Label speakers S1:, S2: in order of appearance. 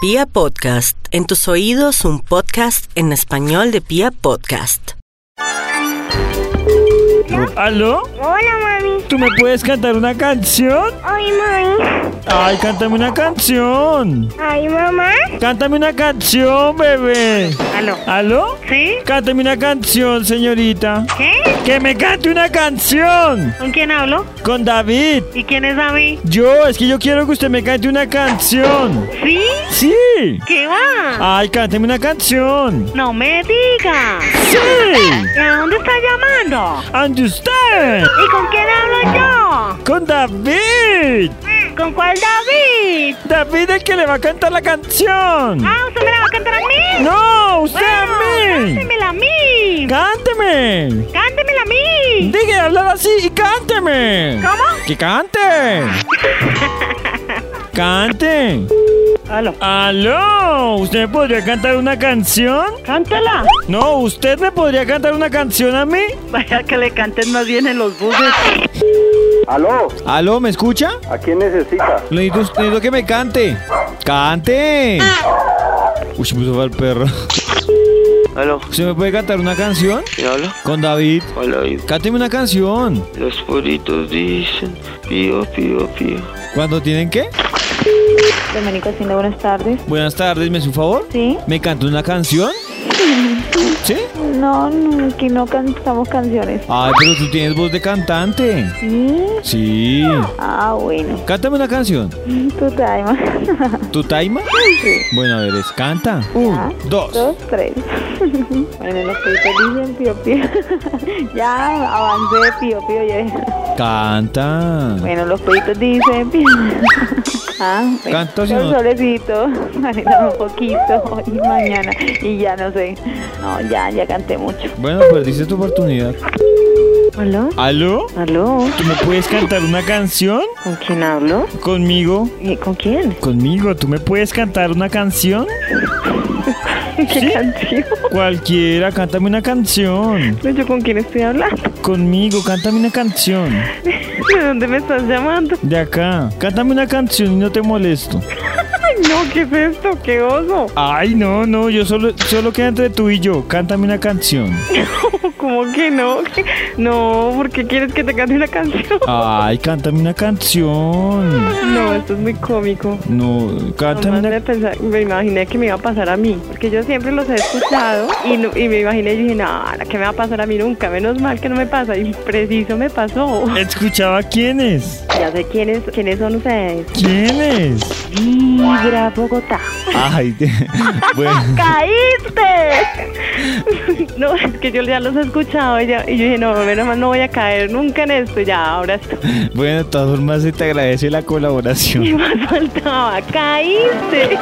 S1: Pia Podcast, en tus oídos un podcast en español de Pia Podcast.
S2: ¿Aló?
S3: Hola, mami.
S2: ¿Tú me puedes cantar una canción?
S3: Ay, mami.
S2: Ay, cántame una canción.
S3: Ay, mamá.
S2: Cántame una canción, bebé.
S4: Aló.
S2: ¿Aló?
S4: ¿Sí?
S2: Cántame una canción, señorita.
S4: ¿Qué?
S2: ¡Que me cante una canción!
S4: ¿Con quién hablo?
S2: Con David.
S4: ¿Y quién es David?
S2: Yo, es que yo quiero que usted me cante una canción.
S4: ¿Sí?
S2: Sí.
S4: ¿Qué va?
S2: Ay, cánteme una canción.
S4: No me diga.
S2: Sí.
S4: ¿Y a dónde está llamando?
S2: And usted.
S4: ¿Y con quién hablo
S2: Con David.
S4: yo? ¿Con cuál David?
S2: David el que le va a cantar la canción.
S4: Ah, ¿usted me la va a cantar a mí?
S2: No, usted a
S4: Bueno,
S2: mí.
S4: Cántemela a mí.
S2: ¡Cánteme!
S4: Cántemela a mí.
S2: Deje de hablar así y cánteme.
S4: ¿Cómo?
S2: ¡Que cante! ¡Cante!
S4: Aló.
S2: ¡Aló! ¿Usted me podría cantar una canción?
S4: Cántela.
S2: No, ¿usted me podría cantar una canción a mí?
S4: Vaya que le canten más bien en los buses.
S5: Aló,
S2: ¿Aló? ¿Me escucha?
S5: ¿a quién necesita?
S2: Lo necesito, necesito que me cante. ¡Cante! Uy, se puso para el perro.
S6: Aló,
S2: ¿Usted me puede cantar una canción?
S6: ¿me habla?
S2: Con David.
S6: Hola, hijo.
S2: Cánteme una canción.
S6: los puritos dicen pío, pío, pío.
S2: ¿Cuándo tienen qué?
S7: Domenico Hacienda, buenas tardes.
S2: Buenas tardes, ¿me hace un favor?
S7: ¿Sí?
S2: ¿Me canta una canción? ¿Sí?
S7: No, no, aquí no cantamos canciones.
S2: Ay, pero tú tienes voz de cantante.
S7: ¿Sí?
S2: Sí.
S7: Ah, bueno.
S2: Cántame una canción.
S7: Tu taima.
S2: ¿Tu taima? Bueno, a ver, es- canta. Un, dos.
S7: Dos, tres. bueno, los peditos dicen pío pío. ya avancé pío pío ya.
S2: Canta.
S7: Bueno, los peditos dicen pío. ah, bueno.
S2: Canto si
S7: Con
S2: no-
S7: solecito. Marita, un poquito hoy y mañana. Y ya no sé. No, ya, ya canté mucho.
S2: Bueno, perdiste tu oportunidad.
S4: ¿Aló?
S2: ¿Aló?
S4: ¿Aló?
S2: ¿Tú me puedes cantar una canción?
S4: ¿Con quién hablo?
S2: ¿Conmigo?
S4: ¿Y con quién?
S2: ¿Conmigo? ¿Tú me puedes cantar una canción?
S4: ¿Qué
S2: ¿Sí?
S4: canción?
S2: Cualquiera, cántame una canción.
S4: ¿Yo con quién estoy hablando?
S2: Conmigo, cántame una canción.
S4: ¿De dónde me estás llamando?
S2: De acá. Cántame una canción y no te molesto.
S4: Ay, no, ¿qué es esto? ¡Qué oso!
S2: Ay, no, no, yo solo, solo queda entre tú y yo. Cántame una canción.
S4: ¿Cómo que no? No, ¿por qué quieres que te cante una canción?
S2: Ay, cántame una canción.
S4: No, esto es muy cómico.
S2: No, cántame una...
S4: Nomás de pensar- me imaginé que me iba a pasar a mí, porque yo siempre los he escuchado y, no- y me imaginé y dije, no, ¿la que me va a pasar a mí nunca? Menos mal que no me pasa y preciso me pasó.
S2: ¿Escuchaba quiénes?
S4: Ya sé quiénes, quiénes son ustedes.
S2: ¿Quiénes?
S4: Vibra Bogotá.
S2: Ay, bueno.
S4: ¡Caíste! no, es que yo ya los he escuchado y, ya- y yo dije, no, menos mal no voy a caer nunca en esto. Ya, ahora esto
S2: Bueno, de todas formas se te agradece la colaboración.
S4: me faltaba. ¡Caíste!